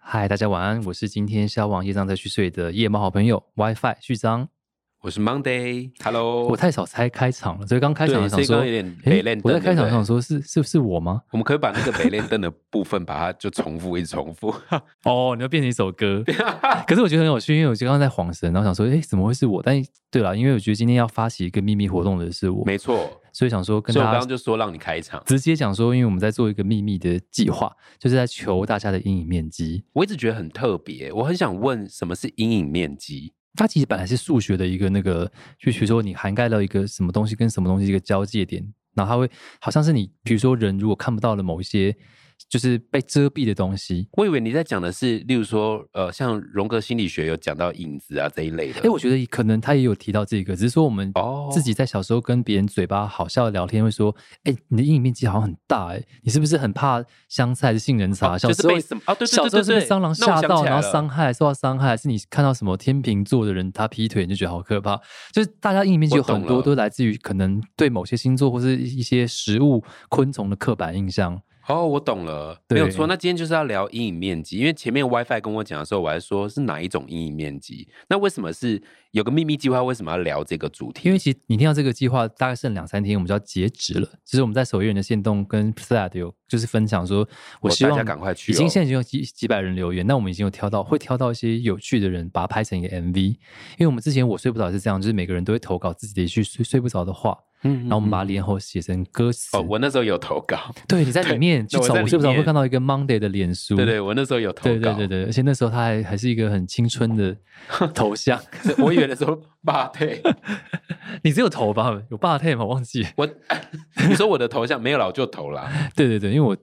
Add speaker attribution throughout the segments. Speaker 1: 嗨，大家晚安，我是今天销往夜上再去睡的夜猫好朋友 WiFi 序章。
Speaker 2: 我是 Monday，Hello，
Speaker 1: 我太少猜开场了，所以刚开场
Speaker 2: 对
Speaker 1: 想
Speaker 2: 所以
Speaker 1: 说，
Speaker 2: 刚有点
Speaker 1: 诶
Speaker 2: 北烂
Speaker 1: 我在
Speaker 2: 蛋
Speaker 1: 开场
Speaker 2: 对不对
Speaker 1: 上说是是是我吗？
Speaker 2: 我们可不可以把那个北练凳的部分，把它就重复，一直重复。
Speaker 1: 哦，你要变成一首歌。 可是我觉得很有趣，因为我刚刚在晃神，然后想说，哎，怎么会是我？但对了，因为我觉得今天要发起一个秘密活动的是我，
Speaker 2: 没错，
Speaker 1: 所以想说跟
Speaker 2: 所以我
Speaker 1: 大
Speaker 2: 刚
Speaker 1: 家
Speaker 2: 刚就说让你开场。
Speaker 1: 直接讲说，因为我们在做一个秘密的计划，就是在求大家的阴影面积。
Speaker 2: 我一直觉得很特别，我很想问什么是阴影面积？
Speaker 1: 它其实本来是数学的一个那个，就比如说你涵盖到一个什么东西跟什么东西一个交界点，然后它会好像是你，比如说人如果看不到了某一些就是被遮蔽的东西，
Speaker 2: 我以为你在讲的是，例如说，呃，像荣格心理学有讲到影子啊这一类的。
Speaker 1: 哎、我觉得可能他也有提到这个，只是说我们
Speaker 2: 哦
Speaker 1: 自己在小时候跟别人嘴巴好笑地聊天会说，哎、你的阴影面积好像很大、诶哎，你是不是很怕香菜、杏仁茶？
Speaker 2: 哦
Speaker 1: 小
Speaker 2: 就是
Speaker 1: 时候
Speaker 2: 被什么哦对对对
Speaker 1: 小时候是被
Speaker 2: 对对
Speaker 1: 蟑螂
Speaker 2: 那我
Speaker 1: 吓
Speaker 2: 想
Speaker 1: 到，
Speaker 2: 起来
Speaker 1: 然后
Speaker 2: 了
Speaker 1: 伤害受到伤害，还是你看到什么天秤座的人他劈腿你就觉得好可怕？就是大家阴影面积有
Speaker 2: 我懂
Speaker 1: 很多
Speaker 2: 了
Speaker 1: 都来自于可能对某些星座或是一些食物、昆虫的刻板印象。
Speaker 2: 哦，我懂了，
Speaker 1: 对
Speaker 2: 没有错。那今天就是要聊阴影面积，因为前面 WiFi 跟我讲的时候，我还说是哪一种阴影面积。那为什么是有个秘密计划？为什么要聊这个主题？
Speaker 1: 因为其实你听到这个计划大概剩两三天，我们就要截止了。其实我们在首页人的线动跟 Slad 有就是分享说，我
Speaker 2: 哦
Speaker 1: 希望
Speaker 2: 大家赶快去哦
Speaker 1: 已经现在已经有几几百人留言，那我们已经有挑到会挑到一些有趣的人，把它拍成一个 MV。因为我们之前我睡不着是这样，就是每个人都会投稿自己的一句睡睡不着的话，
Speaker 2: 嗯
Speaker 1: 然后我们把它连后写成歌词。
Speaker 2: 哦，我那时候有投稿，
Speaker 1: 对，你在里面去
Speaker 2: 对
Speaker 1: 找
Speaker 2: 我在
Speaker 1: 我睡不着
Speaker 2: 里面
Speaker 1: 会看到一个 Monday 的脸书。
Speaker 2: 对对，我那时候有投稿，
Speaker 1: 嗯对对对对，而且那时候他还还是一个很青春的 头像，
Speaker 2: 对，我以为那时候爸对，
Speaker 1: 你只有头吧？有霸 t 吗？忘记了。
Speaker 2: 我 你说我的头像没有了，我就投了。
Speaker 1: 对对对，因为我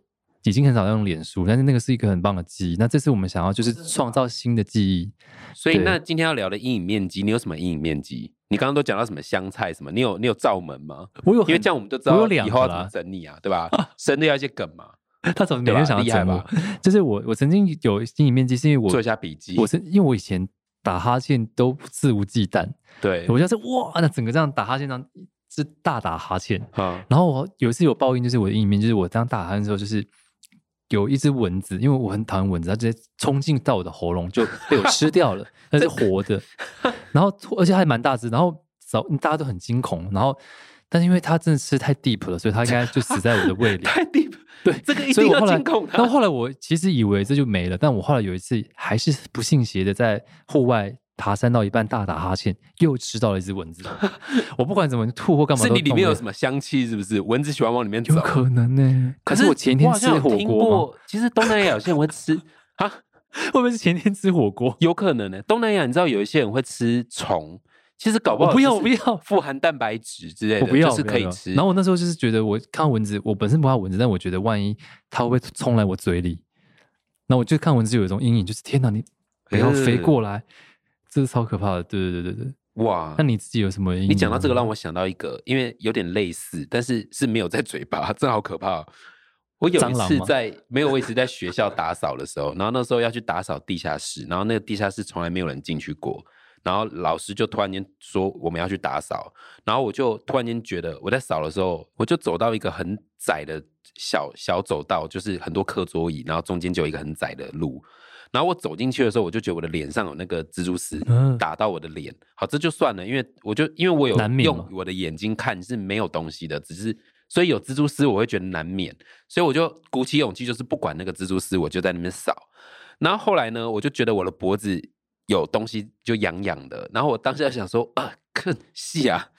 Speaker 1: 已经很少用脸书，但是那个是一个很棒的记忆。那这次我们想要就是创造新的记忆，
Speaker 2: 所以
Speaker 1: 对
Speaker 2: 那今天要聊的阴影面积，你有什么阴影面积？你刚刚都讲到什么香菜什么？你有你有罩门吗？
Speaker 1: 我有很
Speaker 2: 因为这样我们就知
Speaker 1: 我
Speaker 2: 道
Speaker 1: 有两
Speaker 2: 以后
Speaker 1: 个
Speaker 2: 要怎么
Speaker 1: 啦，
Speaker 2: 整你啊，对吧？生的要一些梗嘛，
Speaker 1: 他怎么每
Speaker 2: 对吧
Speaker 1: 天想要
Speaker 2: 厉害
Speaker 1: 整我
Speaker 2: 吧？
Speaker 1: 就是我我曾经有心理面积，是因为我
Speaker 2: 做一下笔记。
Speaker 1: 我是因为我以前打哈欠都肆无忌惮，
Speaker 2: 对，
Speaker 1: 我就是哇，那整个这样打哈欠这样是大打哈欠。
Speaker 2: 啊，
Speaker 1: 然后我有一次有报应，就是我的阴影面，就是我当打哈欠的时候，就是有一只蚊子，因为我很讨厌蚊子，它直接冲进到我的喉咙， 就被我吃掉了，它是活的，然后而且还蛮大只，然后早大家都很惊恐，然后但是因为它真的吃太 deep 了，所以它应该就死在我的 胃里。
Speaker 2: 太 deep，
Speaker 1: 对
Speaker 2: 这个一
Speaker 1: 所以
Speaker 2: 定
Speaker 1: 我
Speaker 2: 要
Speaker 1: 后来
Speaker 2: 监控，
Speaker 1: 然后
Speaker 2: 它。
Speaker 1: 后来我其实以为这就没了，但我后来有一次还是不信邪的在户外爬山到一半大打哈欠，又吃到了一只 蚊子。我不管怎么吐或干嘛都
Speaker 2: 是
Speaker 1: 动
Speaker 2: 你
Speaker 1: 了，
Speaker 2: 里面有什么香气？是不是蚊子喜欢往里面走
Speaker 1: 有？可能呢、欸可是我前天
Speaker 2: 我好
Speaker 1: 吃
Speaker 2: 像有
Speaker 1: 火
Speaker 2: 听
Speaker 1: 锅吗？
Speaker 2: 过，其实东南亚有些人会吃啊，
Speaker 1: 会不会是前天吃火锅？
Speaker 2: 有可能呢、 东南亚你知道有一些人会吃虫，其实搞不
Speaker 1: 我
Speaker 2: 好
Speaker 1: 不要，
Speaker 2: 就
Speaker 1: 我
Speaker 2: 是
Speaker 1: 不要，
Speaker 2: 富含蛋白质之类的，
Speaker 1: 我不要，
Speaker 2: 就是
Speaker 1: 我不要
Speaker 2: 可
Speaker 1: 不
Speaker 2: 以
Speaker 1: 要
Speaker 2: 吃。
Speaker 1: 然后我那时候就是觉得，我看到蚊子，我本身不怕蚊子，但我觉得万一它会不会冲来我嘴里，那我就看蚊子有一种阴影，就是天哪，你不要飞过来，这是超可怕的。对对对对对。
Speaker 2: 哇
Speaker 1: 那，你自己有什么阴影吗？
Speaker 2: 你讲到这个让我想到一个，因为有点类似，但是是没有在嘴巴，真的好可怕哦、我有一
Speaker 1: 蟑螂
Speaker 2: 次
Speaker 1: 吗
Speaker 2: 在没有，我一直在学校打扫的时候，然后那时候要去打扫地下室，然后那个地下室从来没有人进去过，然后老师就突然间说我们要去打扫，然后我就突然间觉得我在扫的时候，我就走到一个很窄的小小走道，就是很多课桌椅，然后中间就有一个很窄的路，然后我走进去的时候，我就觉得我的脸上有那个蜘蛛丝
Speaker 1: 嗯
Speaker 2: 打到我的脸。好，这就算了，因为我就因为我有
Speaker 1: 难免嘛
Speaker 2: 用我的眼睛看是没有东西的，只是所以有蜘蛛丝我会觉得难免，所以我就鼓起勇气，就是不管那个蜘蛛丝，我就在那边扫。然后后来呢，我就觉得我的脖子有东西就痒痒的，然后我当下想说啊，更细啊。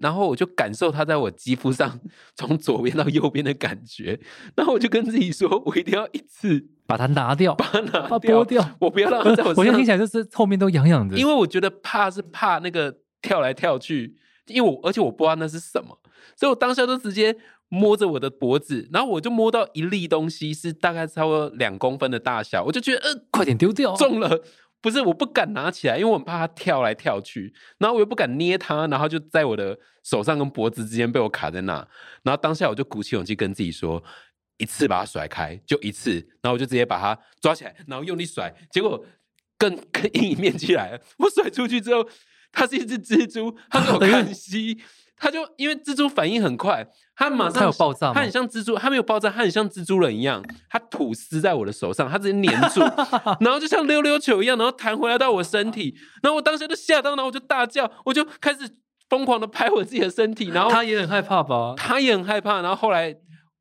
Speaker 2: 然后我就感受它在我肌肤上从左边到右边的感觉，然后我就跟自己说，我一定要一次
Speaker 1: 把它拿掉，把
Speaker 2: 把它拿
Speaker 1: 它
Speaker 2: 掉
Speaker 1: 剥掉。
Speaker 2: 我不要让它在我
Speaker 1: 我现
Speaker 2: 身
Speaker 1: 在
Speaker 2: 上
Speaker 1: 听起来就是后面都痒痒的，
Speaker 2: 因
Speaker 1: 为
Speaker 2: 为我觉得怕是怕那个跳来跳去，因为我而且我不知道那是什么，所以我当下就直接摸着我的脖子，然后我就摸到一粒东西是大概超过两公分的大小，我就觉得呃
Speaker 1: 快点丢 掉。
Speaker 2: 中了。不是，我不敢拿起来，因为我很怕它跳来跳去，然后我又不敢捏它，然后就在我的手上跟脖子之间被我卡在那，然后当下我就鼓起勇气跟自己说，一次把它甩开，就一次，然后我就直接把它抓起来，然后用力甩，结果 更
Speaker 1: 哎
Speaker 2: 更阴影面积来了，我甩出去之后，它是一只蜘蛛，它给我看戏，它就因为蜘蛛反应很快，它马上
Speaker 1: 它有爆炸吗
Speaker 2: 它很像蜘蛛，它没有爆炸，它很像蜘蛛人一样，它吐丝在我的手上，它直接粘住，然后就像溜溜球一样，然后弹回来到我身体，然后我当时就吓到，然后我就大叫，我就开始疯狂的拍我自己的身体，然后
Speaker 1: 他也很害怕吧？
Speaker 2: 他也很害怕。然后后来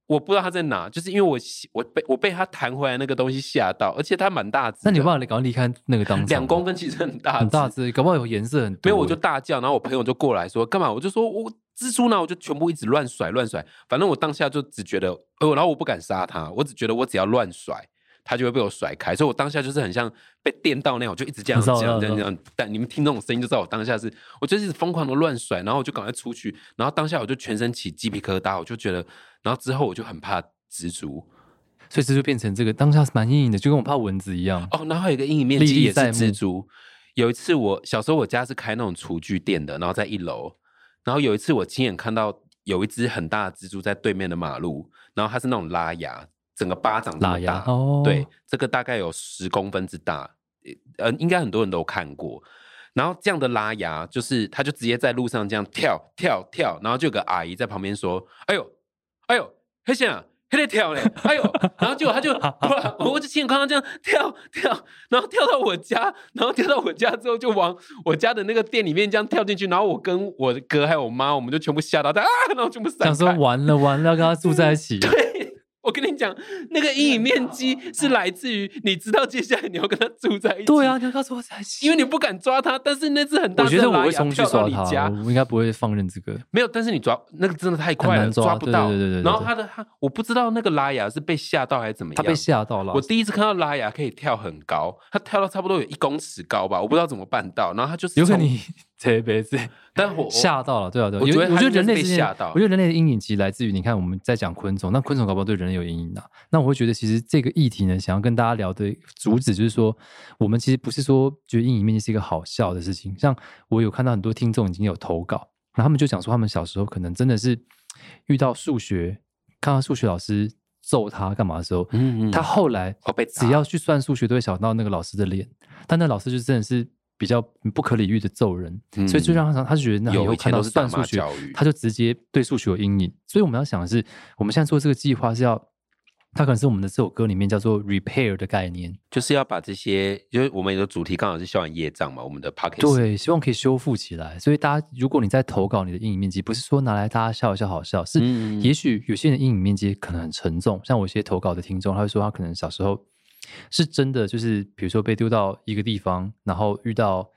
Speaker 2: 我不知道他在哪，就是因为我喜我被我被他弹回来那个东西吓到，而且他蛮大只的，
Speaker 1: 那你有办法赶快离开那个当场吗？
Speaker 2: 两公分其实很大，
Speaker 1: 很大。只，搞不好有颜色很多。
Speaker 2: 没有，我就大叫，然后我朋友就过来说干嘛？我就说我蜘蛛呢，我就全部一直乱甩乱甩。反正我当下就只觉得，呃，然后我不敢杀他，我只觉得我只要乱甩。他就会被我甩开，所以我当下就是很像被电到那样，我就一直这样
Speaker 1: 我知
Speaker 2: 这
Speaker 1: 道
Speaker 2: 样这
Speaker 1: 我知
Speaker 2: 样这
Speaker 1: 道
Speaker 2: 样。但你们听那种声音就知道我当下是，我就是疯狂的乱甩，然后我就赶快出去，然后当下我就全身起鸡皮疙瘩，我就觉得，然后之后我就很怕蜘蛛
Speaker 1: 所以这就变成这个当下是蛮阴影的，就跟我怕蚊子一样。
Speaker 2: 哦，然后还有一个阴影
Speaker 1: 啊
Speaker 2: 面
Speaker 1: 历
Speaker 2: 积
Speaker 1: 历
Speaker 2: 也是
Speaker 1: 在目
Speaker 2: 蜘蛛。有一次我小时候我家是开那种厨具店的，然后在一楼，然后有一次我亲眼看到有一只很大的蜘蛛在对面的马路，然后它是那种拉牙，整个巴掌这么
Speaker 1: 拉牙
Speaker 2: 大
Speaker 1: 哦，
Speaker 2: 对，，这个大概有十公分之大，呃，应该很多人都看过。然后这样的拉牙，就是他就直接在路上这样跳跳跳，然后就有个阿姨在旁边说：“哎呦，哎呦，黑线啊，黑在跳嘞，哎呦！”然后结果他就，我就亲眼看到这样跳跳，然后跳到我家，然后跳到我家之后就往我家的那个店里面这样跳进去，然后我跟我哥还有我妈，我们就全部吓到，啊，然后全部散
Speaker 1: 想
Speaker 2: 开。
Speaker 1: 说完了完了，要跟他住在一 起，
Speaker 2: 我跟你讲，那个阴影面积是来自于你知道接下来你要跟他住在一起。
Speaker 1: 对啊，，你要跟他住在一起。
Speaker 2: 因为你不敢抓他，但是那只很大
Speaker 1: 我
Speaker 2: 只
Speaker 1: 觉
Speaker 2: 的
Speaker 1: 得
Speaker 2: 拉牙
Speaker 1: 我会冲去
Speaker 2: 跳到
Speaker 1: 抓
Speaker 2: 你
Speaker 1: 他，哦
Speaker 2: 家，
Speaker 1: 我应该不会放任这个。
Speaker 2: 没有，但是你抓那个真的太快
Speaker 1: 很
Speaker 2: 了，
Speaker 1: 难抓
Speaker 2: 不到。
Speaker 1: 对对对对对对
Speaker 2: 然后他的他，我不知道那个拉牙是被吓到还是怎么
Speaker 1: 他
Speaker 2: 样。
Speaker 1: 被吓到了
Speaker 2: 我，第一次看到拉牙可以跳很高，他跳到差不多有一公尺高吧，我不知道怎么办到。然后他就是
Speaker 1: 有可能
Speaker 2: 从，
Speaker 1: 你这辈子
Speaker 2: 但我
Speaker 1: 吓到了，对啊，对啊。
Speaker 2: 我
Speaker 1: 因
Speaker 2: 觉
Speaker 1: 为
Speaker 2: 得
Speaker 1: 我
Speaker 2: 他
Speaker 1: 觉得
Speaker 2: 应
Speaker 1: 人
Speaker 2: 该
Speaker 1: 类
Speaker 2: 是
Speaker 1: 之
Speaker 2: 被
Speaker 1: 间
Speaker 2: 吓到
Speaker 1: 我觉得人类的阴影其实来自于你看我们在讲昆虫，那昆虫搞不好对人类有阴影啊。那我会觉得其实这个议题呢，想要跟大家聊的主旨就是说，我们其实不是说觉得阴影面积是一个好笑的事情。像我有看到很多听众已经有投稿，然后他们就讲说，他们小时候可能真的是遇到数学，看到数学老师揍他干嘛的时候，
Speaker 2: 嗯嗯
Speaker 1: 他后来
Speaker 2: 哦被打
Speaker 1: 只要去算数学，都会想到那个老师的脸，但那老师就真的是比较不可理喻的揍人，
Speaker 2: 嗯
Speaker 1: 所以就让他他觉得那以
Speaker 2: 有
Speaker 1: 后
Speaker 2: 以前
Speaker 1: 看到
Speaker 2: 都是
Speaker 1: 算
Speaker 2: 大
Speaker 1: 数
Speaker 2: 妈
Speaker 1: 学
Speaker 2: 教育，
Speaker 1: 他就直接对数学有阴影。所以我们要想的是，我们现在做这个计划是要，它可能是我们的这首歌里面叫做 repair 的概念，
Speaker 2: 就是要把这些，因为我们的主题刚好是消完业障嘛，我们的 p o c k e t
Speaker 1: 对，希望可以修复起来。所以大家，如果你在投稿你的阴影面积，不是说拿来大家笑一笑好笑，是
Speaker 2: 嗯
Speaker 1: 也许有些人的阴影面积可能很沉重，像我一些投稿的听众，他会说他可能小时候是真的就是，比如说被丢到一个地方，然后遇到，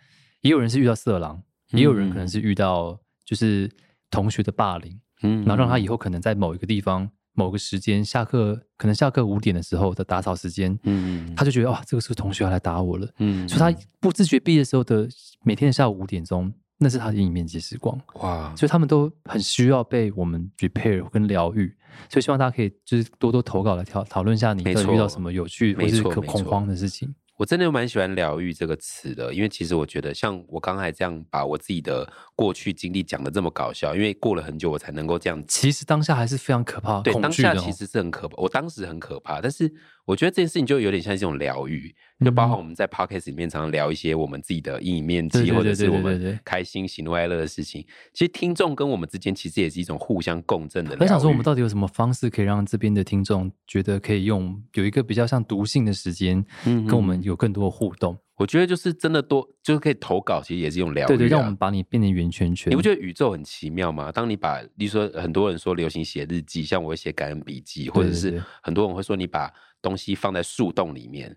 Speaker 1: 也有人是遇到色狼，也有人可能是遇到就是同学的霸凌，
Speaker 2: 嗯
Speaker 1: 然后让他以后可能在某一个地方、某个时间下课，可能下课五点的时候的打扫时间，
Speaker 2: 嗯
Speaker 1: 他就觉得哇，这个是同学要来打我了。
Speaker 2: 嗯
Speaker 1: 所以他不自觉毕业的时候的每天的下午五点钟，那是他的阴影面积时光，
Speaker 2: 哇，
Speaker 1: 所以他们都很需要被我们 repair 跟疗愈，所以希望大家可以就是多多投稿来讨讨论一下你
Speaker 2: 没
Speaker 1: 到
Speaker 2: 错
Speaker 1: 底遇到什么有趣或
Speaker 2: 没
Speaker 1: 是
Speaker 2: 错
Speaker 1: 可
Speaker 2: 没
Speaker 1: 恐
Speaker 2: 错
Speaker 1: 慌的事情。
Speaker 2: 我真的蛮喜欢“疗愈”这个词的，因为其实我觉得，像我刚才这样把我自己的过去经历讲的这么搞笑，因为过了很久我才能够这样
Speaker 1: 其实当下还是非常可怕、
Speaker 2: 对，
Speaker 1: 恐
Speaker 2: 当
Speaker 1: 惧的、
Speaker 2: 下
Speaker 1: 哦。
Speaker 2: 其实是很可怕，我当时很可怕，但是我觉得这件事情就有点像一种疗愈，就包含我们在 podcast 里面常常聊一些我们自己的阴影面
Speaker 1: 嗯对
Speaker 2: 积，
Speaker 1: 对
Speaker 2: 或者
Speaker 1: 对
Speaker 2: 是
Speaker 1: 对
Speaker 2: 我
Speaker 1: 对对
Speaker 2: 们
Speaker 1: 对
Speaker 2: 开心、喜怒哀乐的事情。其实听众跟我们之间其实也是一种互相共振的疗愈。
Speaker 1: 很想说，我们到底有什么方式可以让这边的听众觉得可以用有一个比较像读信的时间，
Speaker 2: 嗯
Speaker 1: 跟我们有更多的互动？
Speaker 2: 我觉得就是真的多，就是可以投稿，其实也是一种疗愈、啊。
Speaker 1: 对对，让我们把你变成圆圈圈。
Speaker 2: 你不觉得宇宙很奇妙吗？当你把，例如说，很多人说流行写日记，像我会写感恩笔记，或者
Speaker 1: 对
Speaker 2: 是很多人会说你把东西放在树洞里面。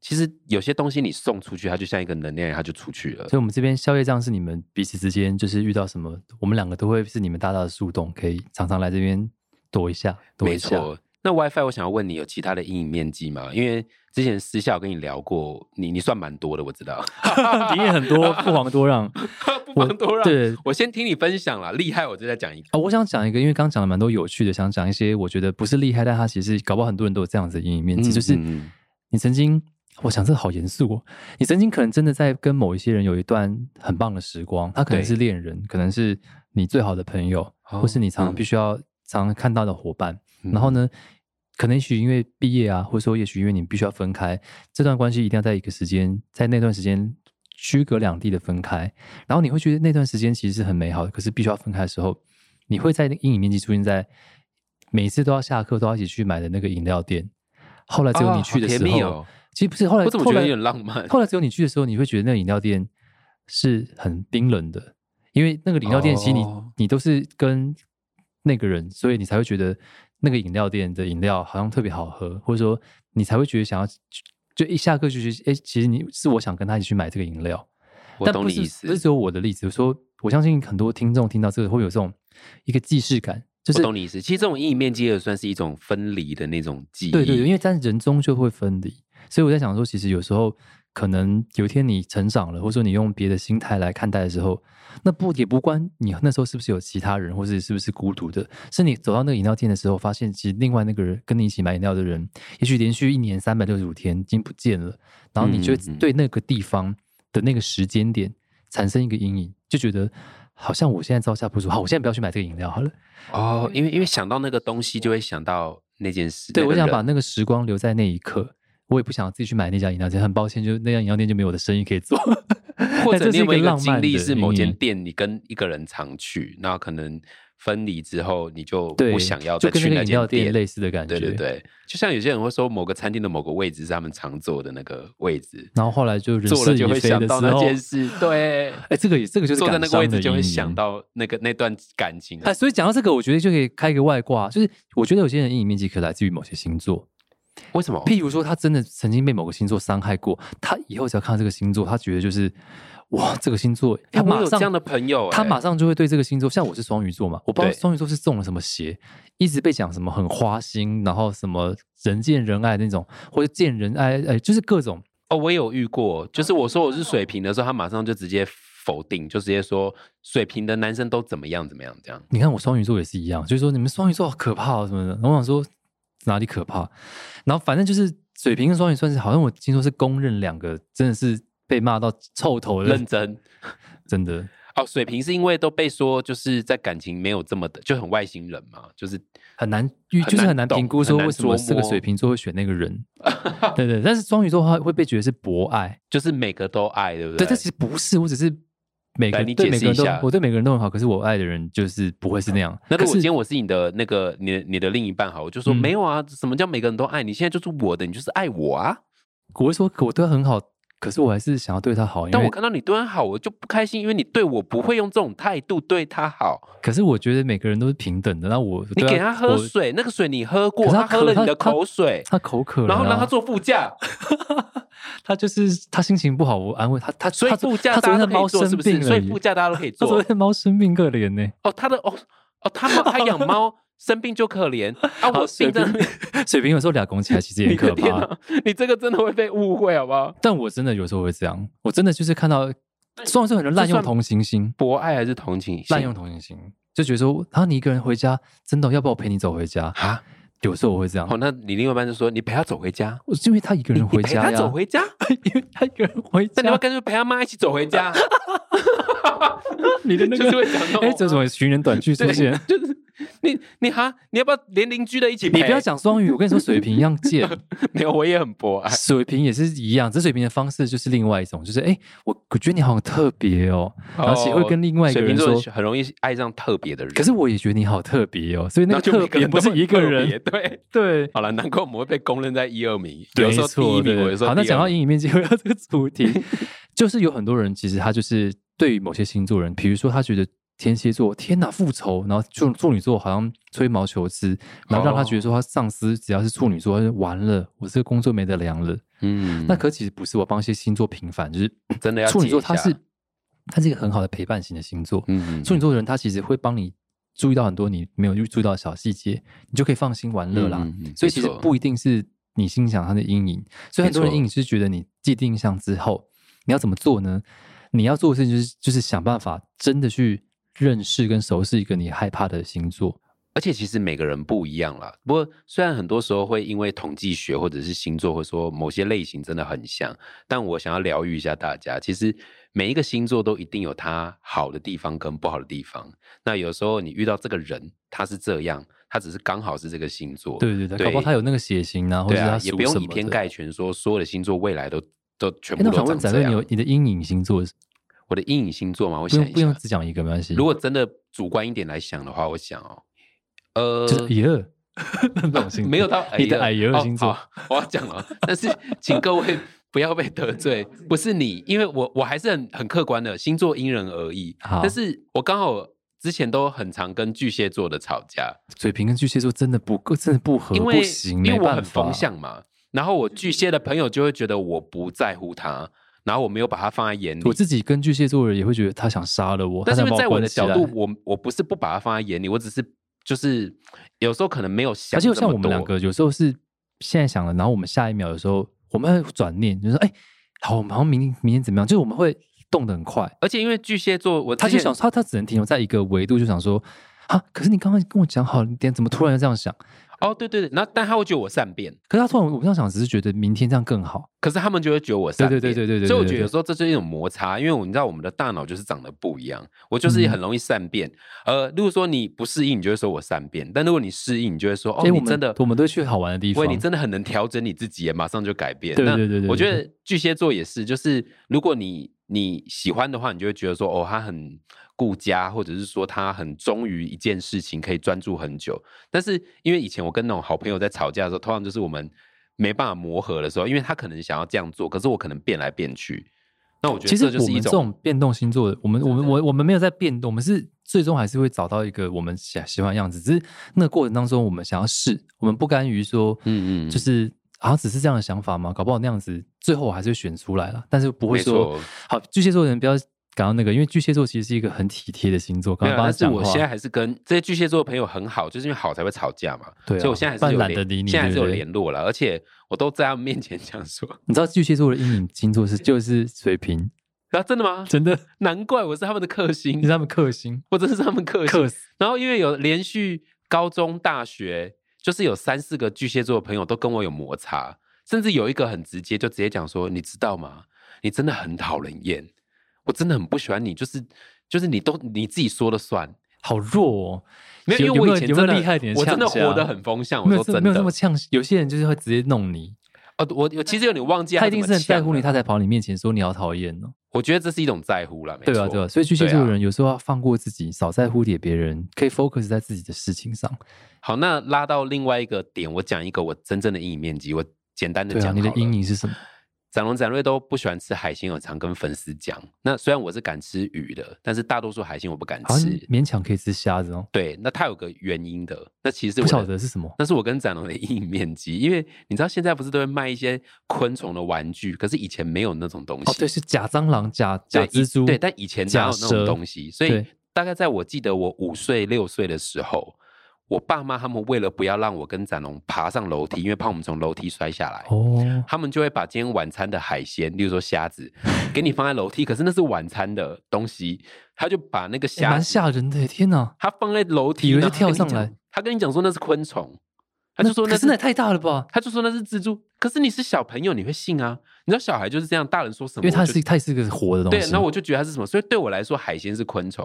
Speaker 2: 其实有些东西你送出去，它就像一个能量，它就出去了
Speaker 1: 所以，。我们这边宵夜账是你们彼此之间，就是遇到什么，我们两个都会是你们大大的树洞，可以常常来这边躲一下，躲
Speaker 2: 没
Speaker 1: 一下。
Speaker 2: 错。那 WiFi，我想要问你，有其他的阴影面积吗？因为之前私下我跟你聊过，你你算蛮多的，我 知道。
Speaker 1: 你也很 多，不遑多让。
Speaker 2: 不妨多让。
Speaker 1: 对
Speaker 2: 我先听你分享啦，厉害，我就再讲一个。
Speaker 1: 哦，我想讲一个，因为刚刚讲了蛮多有趣的，想讲一些我觉得不是厉害，但它其实搞不好很多人都有这样子的阴影面积，
Speaker 2: 嗯
Speaker 1: 就是
Speaker 2: 嗯嗯
Speaker 1: 你曾经，我想这好严肃哦，你曾经可能真的在跟某一些人有一段很棒的时光，他可能
Speaker 2: 对
Speaker 1: 是恋人，可能是你最好的朋友，
Speaker 2: 哦
Speaker 1: 或是你常常
Speaker 2: 嗯
Speaker 1: 必须要常常看到的伙伴。
Speaker 2: 嗯
Speaker 1: 然后呢，可能也许因为毕业啊，或者说也许因为你必须要分开，这段关系一定要在一个时间，在那段时间区隔两地的分开，然后你会觉得那段时间其实是很美好的，可是必须要分开的时候，你会在那个阴影面积出现在每次都要下课都要一起去买的那个饮料店。后来只有
Speaker 2: 啊
Speaker 1: 你去的
Speaker 2: 好
Speaker 1: 时
Speaker 2: 甜
Speaker 1: 候，
Speaker 2: 蜜哦
Speaker 1: 其实不是后来，
Speaker 2: 我怎么
Speaker 1: 后
Speaker 2: 觉
Speaker 1: 来
Speaker 2: 得有点浪漫？
Speaker 1: 后来只有你去的时候，你会觉得那个饮料店是很冰冷的，因为那个饮料店其实你、
Speaker 2: 哦
Speaker 1: 你都是跟那个人，所以你才会觉得那个饮料店的饮料好像特别好喝，或者说你才会觉得想要去就一下课就去，哎、其实你是我想跟他一起去买这个饮料。
Speaker 2: 我
Speaker 1: 但
Speaker 2: 懂
Speaker 1: 不
Speaker 2: 你
Speaker 1: 是
Speaker 2: 意
Speaker 1: 不是
Speaker 2: 思，
Speaker 1: 只有我的例子，我说我相信很多听众听到这个会有这种一个既视感，就
Speaker 2: 我
Speaker 1: 是
Speaker 2: 懂你意思。其实这种阴影面积也算是一种分离的那种记忆。
Speaker 1: 对对对，因为但人终究会分离，所以我在想说，其实有时候可能有一天你成长了，或者说你用别的心态来看待的时候，那不也不关你那时候是不是有其他人，或是是不是孤独的，是你走到那个饮料店的时候，发现其实另外那个人跟你一起买饮料的人，也许连续一年三百六十五天已经不见了，然后你就会
Speaker 2: 嗯嗯嗯
Speaker 1: 对那个地方的那个时间点产生一个阴影，就觉得好像我现在招架不住，好，我现在不要去买这个饮料好了。
Speaker 2: 哦，因为因为想到那个东西，就会想到那件事。
Speaker 1: 嗯对，
Speaker 2: 那个
Speaker 1: 我想
Speaker 2: 人
Speaker 1: 把那个时光留在那一刻。我也不想自己去买那家饮料店，很抱歉，就是那家饮料店就没有我的生意可以做。
Speaker 2: 或者
Speaker 1: 这是
Speaker 2: 你有没有
Speaker 1: 一
Speaker 2: 一
Speaker 1: 个浪
Speaker 2: 个
Speaker 1: 漫
Speaker 2: 经历
Speaker 1: 的
Speaker 2: 是某
Speaker 1: 阴
Speaker 2: 间
Speaker 1: 影
Speaker 2: 店你跟一个人常去，那可能分离之后你就
Speaker 1: 对，
Speaker 2: 不想要
Speaker 1: 就
Speaker 2: 再
Speaker 1: 跟
Speaker 2: 去
Speaker 1: 那个
Speaker 2: 那
Speaker 1: 饮料
Speaker 2: 间
Speaker 1: 店类似的感觉。
Speaker 2: 对对。对，就像有些人会说某个餐厅的某个位置是他们常坐的那个位置，
Speaker 1: 然后后来就人
Speaker 2: 坐了
Speaker 1: 事
Speaker 2: 就
Speaker 1: 已
Speaker 2: 会
Speaker 1: 非
Speaker 2: 想
Speaker 1: 的时
Speaker 2: 到那
Speaker 1: 候，
Speaker 2: 件事。 对，
Speaker 1: 哎，这个也这个就是
Speaker 2: 坐在
Speaker 1: 感
Speaker 2: 那个位
Speaker 1: 伤的
Speaker 2: 置就会
Speaker 1: 阴
Speaker 2: 想
Speaker 1: 影
Speaker 2: 到那个那段感情。
Speaker 1: 哎，所以讲到这个，我觉得就可以开一个外挂，就是我觉得有些人阴影面积可来自于某些星座，
Speaker 2: 为什么？
Speaker 1: 譬如说他真的曾经被某个星座伤害过，他以后只要看到这个星座，他觉得就是哇，这个星座
Speaker 2: 哎
Speaker 1: 他
Speaker 2: 我
Speaker 1: 马
Speaker 2: 有这
Speaker 1: 上
Speaker 2: 样的朋友，
Speaker 1: 他
Speaker 2: 哎
Speaker 1: 马上就会对这个星座，像我是双鱼座嘛，我不知道
Speaker 2: 对
Speaker 1: 双鱼座是中了什么邪，一直被讲什么很花心，然后什么人见人爱那种，或者见人爱，哎，就是各种
Speaker 2: 哦，我也有遇过，就是我说我是水瓶的时候，他马上就直接否定，就直接说水瓶的男生都怎么样怎么样这样。
Speaker 1: 你看我双鱼座也是一样，就是说你们双鱼座好可怕哦什么的。然后我想说哪里可怕，然后反正就是水瓶跟双鱼算是好像我听说是公认两个真的是被骂到臭头的
Speaker 2: 认，真
Speaker 1: 真的
Speaker 2: 哦，水瓶是因为都被说就是在感情没有这么的，就很外星人嘛，就是
Speaker 1: 很难预，
Speaker 2: 很
Speaker 1: 就是很
Speaker 2: 难
Speaker 1: 难
Speaker 2: 懂
Speaker 1: 评估说
Speaker 2: 很难
Speaker 1: 为什么
Speaker 2: 捉摸
Speaker 1: 这个水瓶座会选那个人。对对，但是双鱼座的话会被觉得是博爱，
Speaker 2: 就是每个都爱，对不
Speaker 1: 对，
Speaker 2: 对？
Speaker 1: 这其实不是，我只是。每个
Speaker 2: 来你
Speaker 1: 对
Speaker 2: 解
Speaker 1: 每
Speaker 2: 释
Speaker 1: 个人都
Speaker 2: 一下，
Speaker 1: 我对每个人都很好，可是我爱的人就是不会是那样。
Speaker 2: 那如
Speaker 1: 可
Speaker 2: 果
Speaker 1: 是
Speaker 2: 今天我是你的那个你的你的另一半好，我就说、
Speaker 1: 嗯
Speaker 2: 没有啊，什么叫每个人都爱你？现在就是我的，你就是爱我啊。
Speaker 1: 我会说，可我对他很好，可是我还是想要对他好。因
Speaker 2: 但
Speaker 1: 为
Speaker 2: 我看到你对他好，我就不开心，因为你对我不会用这种态度对他好。
Speaker 1: 可是我觉得每个人都是平等的，那我
Speaker 2: 你
Speaker 1: 对啊
Speaker 2: 给他喝
Speaker 1: 我
Speaker 2: 水，那个水你喝过，
Speaker 1: 可是他
Speaker 2: 他喝了
Speaker 1: 渴
Speaker 2: 你的
Speaker 1: 他
Speaker 2: 口水，
Speaker 1: 他口渴了、
Speaker 2: 然
Speaker 1: 啊，
Speaker 2: 后让他坐 副驾，
Speaker 1: 他就是他心情不好，我安慰他，他
Speaker 2: 所以
Speaker 1: 他
Speaker 2: 副驾
Speaker 1: 他昨天
Speaker 2: 大
Speaker 1: 的
Speaker 2: 家都可
Speaker 1: 猫
Speaker 2: 以坐，
Speaker 1: 生
Speaker 2: 是不
Speaker 1: 病
Speaker 2: 是？
Speaker 1: 了，
Speaker 2: 所以副驾大家都可以
Speaker 1: 他
Speaker 2: 坐
Speaker 1: 昨。天猫生病可怜呢、
Speaker 2: 哦，他的哦哦，他猫他养猫 生病就可怜啊，
Speaker 1: 好
Speaker 2: 我病真的，
Speaker 1: 水瓶有时候俩拱起来其实也
Speaker 2: 你
Speaker 1: 很
Speaker 2: 的
Speaker 1: 可
Speaker 2: 天
Speaker 1: 怕，
Speaker 2: 哪，你这个真的会被误会好不好？
Speaker 1: 但我真的有时候会这样，我真的就是看到，虽然说很多人滥用同情心，
Speaker 2: 博爱还是同情心？
Speaker 1: 滥用同情心，就觉得说，然后你一个人回家，真的要不要我陪你走回家？
Speaker 2: 啊？
Speaker 1: 有时候我会这样
Speaker 2: 哦，，那你另外一半就说你陪他走回家，
Speaker 1: 我是因为他一个
Speaker 2: 你
Speaker 1: 人
Speaker 2: 你
Speaker 1: 回
Speaker 2: 陪
Speaker 1: 家
Speaker 2: 他
Speaker 1: 呀，
Speaker 2: 走回家，
Speaker 1: 因为他一个人回家
Speaker 2: 那你，要干脆陪他妈一起走回家，
Speaker 1: 你 的那
Speaker 2: 就是
Speaker 1: 个
Speaker 2: 会讲到
Speaker 1: 哎，这怎么寻人短句出现？
Speaker 2: 就是你你哈，你要不要连邻居的一起
Speaker 1: 哎
Speaker 2: 陪？
Speaker 1: 你不要讲双语，我跟你说，水瓶一样贱。
Speaker 2: 没有，我也很博爱。
Speaker 1: 水平也是一样，这水平的方式就是另外一种，就是哎、诶我我觉得你好特别哦，而且会跟另外一个
Speaker 2: 水
Speaker 1: 人
Speaker 2: 瓶
Speaker 1: 说
Speaker 2: 座，很容易爱上特别的人，
Speaker 1: 可是我也觉得你好特别哦，所以那
Speaker 2: 那
Speaker 1: 个
Speaker 2: 就
Speaker 1: 特
Speaker 2: 每
Speaker 1: 别
Speaker 2: 人
Speaker 1: 不
Speaker 2: 都
Speaker 1: 是
Speaker 2: 很
Speaker 1: 一个
Speaker 2: 特别
Speaker 1: 人，
Speaker 2: 对。
Speaker 1: 对，
Speaker 2: 好了，难怪我们会被公认在一二名，有
Speaker 1: 没
Speaker 2: 时候第一
Speaker 1: 错，
Speaker 2: 名，
Speaker 1: 对
Speaker 2: 有时候
Speaker 1: 好，那
Speaker 2: 第二
Speaker 1: 讲到
Speaker 2: 名
Speaker 1: 阴影面积，回到这个主题， 就是有很多人其实他就是对于某些星座人，比如说他觉得。天蝎座，天哪，复仇！然后处处女座好像吹毛求疵，然后让
Speaker 2: 哦
Speaker 1: 他觉得说他上司只要是处女座，他就完了，我这个工作没得量了。
Speaker 2: 嗯，
Speaker 1: 那可其实不是，我帮一些星座平反，就是
Speaker 2: 真的要
Speaker 1: 处女
Speaker 2: 解
Speaker 1: 座，
Speaker 2: 一
Speaker 1: 它
Speaker 2: 下
Speaker 1: 是它是一个很好的陪伴型的星座。
Speaker 2: 嗯
Speaker 1: 处女座的人，他其实会帮你注意到很多你没有注意到的小细节，你就可以放心玩乐啦。
Speaker 2: 嗯嗯嗯
Speaker 1: 所以其实
Speaker 2: 没错
Speaker 1: 不一定是你心想他的阴影，所以很多人
Speaker 2: 没错
Speaker 1: 阴影是觉得你既定印象之后，你要怎么做呢？你要做的事情就是就是想办法真的去认识跟熟悉一个你害怕的星座。
Speaker 2: 而且其实每个人不一样啦。不过虽然很多时候会因为统计学或者是星座，会说某些类型真的很像，但我想要疗愈一下大家。其实每一个星座都一定有它好的地方跟不好的地方。那有时候你遇到这个人，他是这样，他只是刚好是这个星座，
Speaker 1: 对对对，
Speaker 2: 对
Speaker 1: 搞不好他有那个血型啊，或
Speaker 2: 对
Speaker 1: 者是
Speaker 2: 啊
Speaker 1: 他，
Speaker 2: 也
Speaker 1: 属
Speaker 2: 不用
Speaker 1: 什
Speaker 2: 以
Speaker 1: 么
Speaker 2: 偏
Speaker 1: 的。
Speaker 2: 概全，说所有的星座未来都都全
Speaker 1: 哎，那
Speaker 2: 部
Speaker 1: 我
Speaker 2: 都
Speaker 1: 想
Speaker 2: 长
Speaker 1: 问展
Speaker 2: 这
Speaker 1: 瑞，你
Speaker 2: 样。
Speaker 1: 有你的阴影星座是？
Speaker 2: 我的阴影星座嘛，
Speaker 1: 不
Speaker 2: 我想
Speaker 1: 用
Speaker 2: 一
Speaker 1: 不用
Speaker 2: 下，
Speaker 1: 只讲一个，没关系。
Speaker 2: 如果真的主观一点来想的话，我想哦，呃，
Speaker 1: 就是耶， 那种星座
Speaker 2: 没有到
Speaker 1: 你的
Speaker 2: 哎
Speaker 1: 矮
Speaker 2: 呦
Speaker 1: 油
Speaker 2: 哦
Speaker 1: 星座
Speaker 2: 好我要讲了。但是请各位不要被得罪，不是你，因为我我还是很很客观的，星座因人而异。
Speaker 1: 好
Speaker 2: 但是我刚好之前都很常跟巨蟹座的吵架，
Speaker 1: 水瓶跟巨蟹座真的不够，真的不合，
Speaker 2: 因为
Speaker 1: 不行，
Speaker 2: 因为
Speaker 1: 没
Speaker 2: 我很
Speaker 1: 办
Speaker 2: 风
Speaker 1: 法。
Speaker 2: 向嘛。然后我巨蟹的朋友就会觉得我不在乎他，然后我没有把他放在眼里
Speaker 1: 我。自己跟巨蟹座的人也会觉得他想杀了我，
Speaker 2: 但是
Speaker 1: 他想
Speaker 2: 因
Speaker 1: 把
Speaker 2: 为在
Speaker 1: 我
Speaker 2: 我
Speaker 1: 关
Speaker 2: 的
Speaker 1: 起
Speaker 2: 角
Speaker 1: 来
Speaker 2: 度，我我不是不把他放在眼里，我只是就是有时候可能没有想
Speaker 1: 而且
Speaker 2: 这么多。
Speaker 1: 像我们两个有时候是现在想了，然后我们下一秒的时候，我们会转念，就是说，哎、好，我们好像明明天怎么样？就是我们会动得很快。
Speaker 2: 而且因为巨蟹座，我之
Speaker 1: 他就
Speaker 2: 前
Speaker 1: 想他他只能停留在一个维度，就想说啊，可是你刚刚跟我讲好，你点怎么突然就这样想？
Speaker 2: 哦，对对对，然后但他会觉得我善变，
Speaker 1: 可是他突然我这样想，只是觉得明天这样更好。
Speaker 2: 可是他们就会觉得我善变，
Speaker 1: 对对对对对对
Speaker 2: 所以我觉
Speaker 1: 对
Speaker 2: 得
Speaker 1: 对
Speaker 2: 有时候这就是一种摩擦，因为我你知道我们的大脑就是长得不一样，
Speaker 1: 嗯
Speaker 2: 我就是很容易善变。呃，例如果说你不适应，你就会说我善变；但如果你适应，你就会说哦，
Speaker 1: 所以我
Speaker 2: 你
Speaker 1: 们
Speaker 2: 真的，
Speaker 1: 我们都会去好玩的地方
Speaker 2: 喂，你真的很能调整你自己耶，马上就改变。
Speaker 1: 对
Speaker 2: 那
Speaker 1: 对对对
Speaker 2: 我觉
Speaker 1: 对
Speaker 2: 得巨蟹座也是，就是如果你你喜欢的话，你就会觉得说哦，他很顾家，或者是说他很忠于一件事情，可以专注很久。但是因为以前我跟那种好朋友在吵架的时候，通常就是我们没办法磨合的时候，因为他可能想要这样做，可是我可能变来变去。那我觉得
Speaker 1: 其实
Speaker 2: 这就
Speaker 1: 我
Speaker 2: 是一
Speaker 1: 们这
Speaker 2: 种
Speaker 1: 种变动星座的，我们我们我我们没有在变动，我们是最终还是会找到一个我们喜喜欢的样子。只是那个过程当中，我们想要试，我们不甘于说，
Speaker 2: 嗯嗯嗯
Speaker 1: 就是好像只是这样的想法嘛，搞不好那样子，最后我还是会选出来了，但是不会说
Speaker 2: 没错，
Speaker 1: 好巨蟹座的人不要感到那个，因为巨蟹座其实是一个很体贴的星座。
Speaker 2: 没
Speaker 1: 刚
Speaker 2: 有
Speaker 1: 刚帮他
Speaker 2: 啊，但是
Speaker 1: 讲
Speaker 2: 我现在
Speaker 1: 话，
Speaker 2: 还是跟这些巨蟹座的朋友很好，就是因为好才会吵架嘛。
Speaker 1: 对啊
Speaker 2: 所以我现在还
Speaker 1: 不
Speaker 2: 是
Speaker 1: 然
Speaker 2: 有
Speaker 1: 懒
Speaker 2: 联
Speaker 1: 得理你
Speaker 2: 现在还
Speaker 1: 对
Speaker 2: 是
Speaker 1: 不
Speaker 2: 有
Speaker 1: 对
Speaker 2: 联络了，而且我都在他们面前讲说，
Speaker 1: 你知道巨蟹座的阴影星座是就是水瓶，
Speaker 2: 啊，真的吗？
Speaker 1: 真的，
Speaker 2: 难怪我是他们的克
Speaker 1: 你是
Speaker 2: 星，
Speaker 1: 他们克星，
Speaker 2: 我真是他们克星。
Speaker 1: 克死。
Speaker 2: 然后因为有连续高中、大学，就是有三四个巨蟹座的朋友都跟我有摩擦，甚至有一个很直接，就直接讲说：“你知道吗？你真的很讨人厌，我真的很不喜欢你，就是就是你都你自己说了算。”
Speaker 1: 好弱哦！
Speaker 2: 没有，因
Speaker 1: 有
Speaker 2: 为
Speaker 1: 有
Speaker 2: 我
Speaker 1: 没有
Speaker 2: 以前
Speaker 1: 有没
Speaker 2: 真
Speaker 1: 有
Speaker 2: 的
Speaker 1: 厉害一点
Speaker 2: 我真的
Speaker 1: 呛虾
Speaker 2: 活得很风向，我
Speaker 1: 没有
Speaker 2: 说
Speaker 1: 这
Speaker 2: 真
Speaker 1: 没有
Speaker 2: 的
Speaker 1: 这么。呛，有些人就是会直接弄你，
Speaker 2: 哦，我我其实有点忘记
Speaker 1: 他一
Speaker 2: 怎
Speaker 1: 定
Speaker 2: 么
Speaker 1: 是很在
Speaker 2: 呛
Speaker 1: 乎你，
Speaker 2: 了
Speaker 1: 他才跑你面前说你好讨厌哦。
Speaker 2: 我觉得这是一种在乎了，没
Speaker 1: 对啊，
Speaker 2: 错
Speaker 1: 对啊，所以巨蟹座的
Speaker 2: 对啊
Speaker 1: 人有时候要放过自己，少在乎点别人，可以 focus 在自己的事情上。
Speaker 2: 好，那拉到另外一个点，我讲一个我真正的阴影面积，我简单的
Speaker 1: 对啊，
Speaker 2: 讲、
Speaker 1: 你的阴。影是什么？
Speaker 2: 展龙、展瑞都不喜欢吃海鲜，我常跟粉丝讲。那虽然我是敢吃鱼的，但是大多数海鲜我不敢
Speaker 1: 好啊像
Speaker 2: 吃。
Speaker 1: 勉强可以吃虾子哦，
Speaker 2: 对，那它有个原因的，那其实是
Speaker 1: 不
Speaker 2: 我
Speaker 1: 晓
Speaker 2: 的
Speaker 1: 得是什么。
Speaker 2: 那是我跟展龙的阴影面积，因为你知道现在不是都会卖一些昆虫的玩具，可是以前没有那种东西。
Speaker 1: 哦，对，是假蟑螂、假假
Speaker 2: 对以
Speaker 1: 蜘蛛，
Speaker 2: 对，但以前哪有那
Speaker 1: 假
Speaker 2: 种
Speaker 1: 蛇
Speaker 2: 东西？所以
Speaker 1: 对
Speaker 2: 大概在我记得我五岁六岁的时候，我爸妈他们为了不要让我跟展龙爬上楼梯，因为怕我们从楼梯摔下来。
Speaker 1: 哦，
Speaker 2: 他们就会把今天晚餐的海鲜，例如说虾子，给你放在楼梯，可是那是晚餐的东西，他就把那
Speaker 1: 也
Speaker 2: 个虾
Speaker 1: 蛮
Speaker 2: 子，
Speaker 1: 吓人的耶，天哪！
Speaker 2: 他放在楼梯，
Speaker 1: 以为
Speaker 2: 然
Speaker 1: 是
Speaker 2: 后
Speaker 1: 跳
Speaker 2: 跟你
Speaker 1: 上
Speaker 2: 讲
Speaker 1: 来，
Speaker 2: 他跟你讲说那是昆虫，他就说
Speaker 1: 可
Speaker 2: 那
Speaker 1: 是那也太大了吧？
Speaker 2: 他就说那是蜘蛛，可是你是小朋友，你会信啊？你知道小孩就是这样，大人说什么
Speaker 1: 因为它
Speaker 2: 我就是
Speaker 1: 它也是个活的东
Speaker 2: 对，
Speaker 1: 西。
Speaker 2: 然后我就觉得它是什么，所以对我来说，海鲜是昆虫。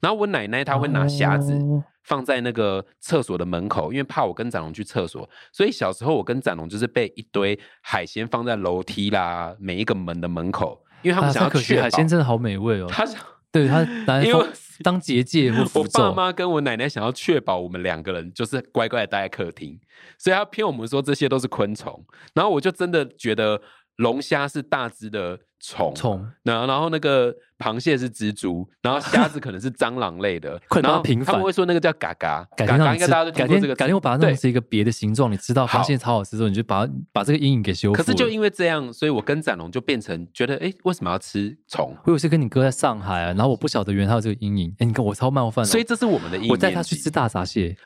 Speaker 2: 然后我奶奶她会拿虾子
Speaker 1: 哦
Speaker 2: 放在那个厕所的门口，因为怕我跟展龙去厕所，所以小时候我跟展龙就是被一堆海鲜放在楼梯啦，每一个门的门口，因为他们
Speaker 1: 啊
Speaker 2: 想要
Speaker 1: 太可惜
Speaker 2: 确
Speaker 1: 了海鲜
Speaker 2: 保。
Speaker 1: 真的好美味哦。
Speaker 2: 他想，
Speaker 1: 对他拿来
Speaker 2: 因为
Speaker 1: 封当结界或
Speaker 2: 我
Speaker 1: 符
Speaker 2: 爸
Speaker 1: 咒。
Speaker 2: 妈跟我奶奶想要确保我们两个人就是乖乖的待在客厅，所以他骗我们说这些都是昆虫，然后我就真的觉得龙虾是大只的虫，
Speaker 1: 虫，
Speaker 2: 然后然后那个螃蟹是蜘蛛，然后虾子可能是蟑螂类的
Speaker 1: ，快点
Speaker 2: 然
Speaker 1: 帮它
Speaker 2: 后
Speaker 1: 平
Speaker 2: 他
Speaker 1: 反
Speaker 2: 们会说那个叫嘎嘎，
Speaker 1: 改
Speaker 2: 嘎
Speaker 1: 天让
Speaker 2: 嘎
Speaker 1: 你
Speaker 2: 应该
Speaker 1: 吃，
Speaker 2: 大家都
Speaker 1: 改
Speaker 2: 听过
Speaker 1: 天
Speaker 2: 这个词，
Speaker 1: 改天我把它弄
Speaker 2: 对
Speaker 1: 成一个别的形状，你吃到发
Speaker 2: 好
Speaker 1: 现超好吃之后，你就把它把这个阴影给修复
Speaker 2: 可
Speaker 1: 了。
Speaker 2: 是就因为这样，所以我跟展龙就变成觉得，哎，为什么要吃虫？
Speaker 1: 我有一次跟你哥在上海、啊，然后我不晓得原来他有这个阴影。哎，你看我超冒犯的，
Speaker 2: 所以这是我们的阴影。
Speaker 1: 我带他去吃，大闸蟹，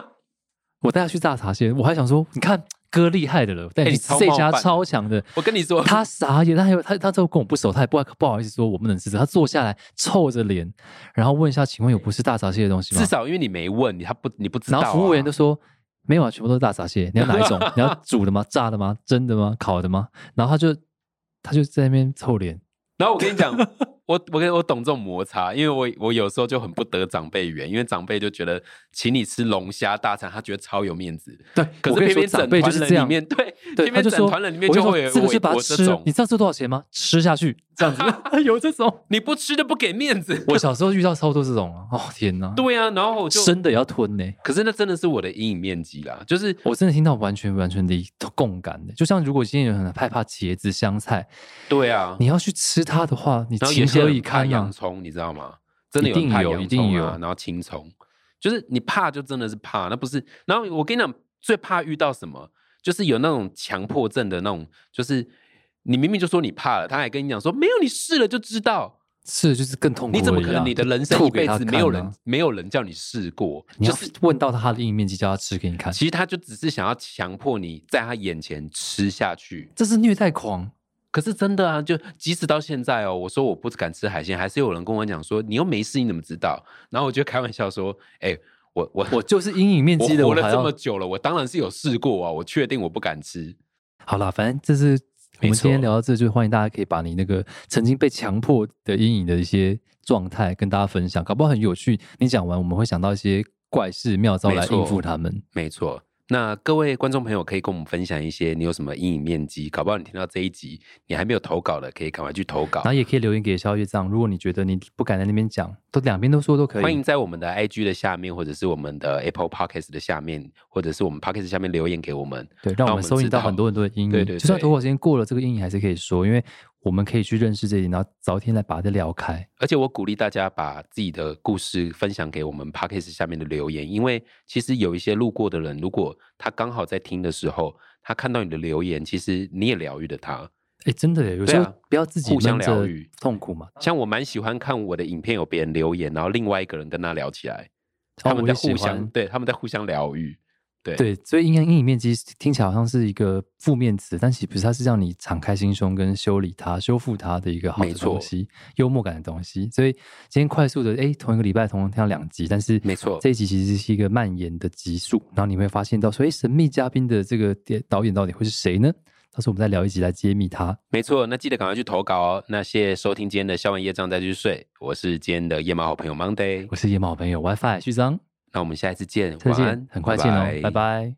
Speaker 1: 我带他去大闸蟹，我还想说，你看哥厉害的了，我带
Speaker 2: 哎
Speaker 1: 你
Speaker 2: 你
Speaker 1: 去
Speaker 2: 超
Speaker 1: 这
Speaker 2: 冒
Speaker 1: 家
Speaker 2: 犯
Speaker 1: 超强的。
Speaker 2: 我跟你说，
Speaker 1: 他傻眼，他还有他他之后跟我不熟，他也不不好意思说我不能吃这个。他坐下来臭着脸，然后问一下，请问有不是大闸蟹的东西吗？
Speaker 2: 至少因为你没问，你他不你不知道
Speaker 1: 然
Speaker 2: 啊、
Speaker 1: 后服务员都说没有啊，全部都是大闸蟹，你要哪一种？ 你要煮的吗？炸的吗？蒸的吗？烤的吗？然后他就他就在那边臭脸，
Speaker 2: 然后我跟你讲，我我跟我懂这种摩擦，因为我我有时候就很不得长辈缘，因为长辈就觉得请你吃龙虾大餐，他觉得超有面子。
Speaker 1: 对，
Speaker 2: 可
Speaker 1: 我
Speaker 2: 是
Speaker 1: 跟你说
Speaker 2: 偏偏
Speaker 1: 长
Speaker 2: 整
Speaker 1: 辈就
Speaker 2: 团
Speaker 1: 是
Speaker 2: 人
Speaker 1: 这
Speaker 2: 里
Speaker 1: 样，
Speaker 2: 面，对，
Speaker 1: 对，
Speaker 2: 偏
Speaker 1: 他
Speaker 2: 偏
Speaker 1: 就
Speaker 2: 整
Speaker 1: 说，
Speaker 2: 团人里面
Speaker 1: 我
Speaker 2: 就
Speaker 1: 说
Speaker 2: 会有
Speaker 1: 这个是把
Speaker 2: 我
Speaker 1: 它
Speaker 2: 我这
Speaker 1: 吃了
Speaker 2: 种，
Speaker 1: 你知道这多少钱吗？吃下去这样子， 有这种。
Speaker 2: 你不吃就不给面子。
Speaker 1: 我小时候遇到超多这种啊，哦天哪，
Speaker 2: 对啊，然后我就，
Speaker 1: 生的也要吞呢、
Speaker 2: 可是那真的是我的阴影面积啦，就是
Speaker 1: 我真的听到完全完全的共感的，就像如果今天有人很害怕茄子、香菜，
Speaker 2: 对啊，
Speaker 1: 你要去吃它的话，你
Speaker 2: 然后有
Speaker 1: 情
Speaker 2: 些
Speaker 1: 何
Speaker 2: 人
Speaker 1: 以
Speaker 2: 很怕
Speaker 1: 堪啊呀、
Speaker 2: 洋葱，你知道吗？真的
Speaker 1: 一
Speaker 2: 有人
Speaker 1: 定
Speaker 2: 怕
Speaker 1: 有
Speaker 2: 洋
Speaker 1: 一定
Speaker 2: 葱
Speaker 1: 有
Speaker 2: 啊然后青葱，就是你怕就真的是怕，那不是。然后我跟你讲，最怕遇到什么，就是有那种强迫症的那种，就是你明明就说你怕了，他还跟你讲说没有，你试了就知道。
Speaker 1: 吃了就是更痛苦而已啊、
Speaker 2: 你怎么可能你的人生
Speaker 1: 吐
Speaker 2: 一
Speaker 1: 给
Speaker 2: 辈
Speaker 1: 他
Speaker 2: 子
Speaker 1: 看
Speaker 2: 没有
Speaker 1: 啊
Speaker 2: 人、没有人叫你试过？
Speaker 1: 你
Speaker 2: 就
Speaker 1: 要
Speaker 2: 是
Speaker 1: 问到他的阴影面积，叫他吃给你看，
Speaker 2: 其实他就只是想要强迫你在他眼前吃下去。
Speaker 1: 这是虐待狂。
Speaker 2: 可是真的啊，就即使到现在哦，我说我不敢吃海鲜，还是有人跟我讲说你又没事，你怎么知道？然后我就开玩笑说，哎、我我
Speaker 1: 我就是阴影面积的，
Speaker 2: 我活
Speaker 1: 我
Speaker 2: 了
Speaker 1: 还
Speaker 2: 这
Speaker 1: 要
Speaker 2: 么久了，我当然是有试过啊，我确定我不敢吃。
Speaker 1: 好啦，反正这是我
Speaker 2: 没
Speaker 1: 们
Speaker 2: 错
Speaker 1: 今天聊到这，就欢迎大家可以把你那个曾经被强迫的阴影的一些状态跟大家分享，搞不好很有趣。你讲完，我们会想到一些怪事妙招来
Speaker 2: 没错
Speaker 1: 应付他们。
Speaker 2: 没错，那各位观众朋友可以跟我们分享一些你有什么阴影面积，搞不好你听到这一集你还没有投稿的，可以赶快去投稿
Speaker 1: 然。后也可以留言给肖月藏，如果你觉得你不敢在那边讲，都两边都说都可以。
Speaker 2: 欢迎在我们的 IG 的下面，或者是我们的 Apple Podcast 的下面，或者是我们 Podcast 下面留言给我们。
Speaker 1: 对，让我
Speaker 2: 让我
Speaker 1: 们
Speaker 2: 们
Speaker 1: 收
Speaker 2: 知
Speaker 1: 集到
Speaker 2: 道
Speaker 1: 很多很多的阴影。
Speaker 2: 对对
Speaker 1: 就算
Speaker 2: 对
Speaker 1: 投稿时间过了，这个阴影还是可以说，因为我们可以去认识这一点，然后早一天来把它聊开。
Speaker 2: 而且我鼓励大家把自己的故事分享给我们 p a c k a g e 下面的留言，因为其实有一些路过的人，如果他刚好在听的时候，他看到你的留言，其实你也疗愈了他。
Speaker 1: 哎，真的耶，有
Speaker 2: 对
Speaker 1: 时
Speaker 2: 啊
Speaker 1: 候不要自己
Speaker 2: 互相
Speaker 1: 闷
Speaker 2: 疗
Speaker 1: 着
Speaker 2: 愈
Speaker 1: 痛苦嘛。
Speaker 2: 像我蛮喜欢看我的影片，有别人留言，然后另外一个人跟他聊起来，他
Speaker 1: 哦，
Speaker 2: 们
Speaker 1: 我也
Speaker 2: 在
Speaker 1: 喜
Speaker 2: 互相
Speaker 1: 欢。
Speaker 2: 对他们在互相疗愈。对
Speaker 1: 对，所以阴阳阴影面积听起来好像是一个负面词，但其实不是，它是让你敞开心胸跟修理它、修复它的一个好的
Speaker 2: 没错
Speaker 1: 东西，幽默感的东西。所以今天快速的，哎，同一个礼拜同样听到两集，但是
Speaker 2: 没错
Speaker 1: 这一集其实是一个蔓延的集数，然后你会发现到说，哎，神秘嘉宾的这个电导演到底会是谁呢？到时候我们再聊一集来揭秘他。
Speaker 2: 没错，那记得赶快去投稿哦。那谢谢收听今天的《消完业障再去睡》，我是今天的夜猫好朋友 Monday，
Speaker 1: 我是野马好朋友 WiFi 旭章，
Speaker 2: 那我们下一次见，
Speaker 1: 再
Speaker 2: 晚
Speaker 1: 见
Speaker 2: 安，，
Speaker 1: 很快见哦，拜拜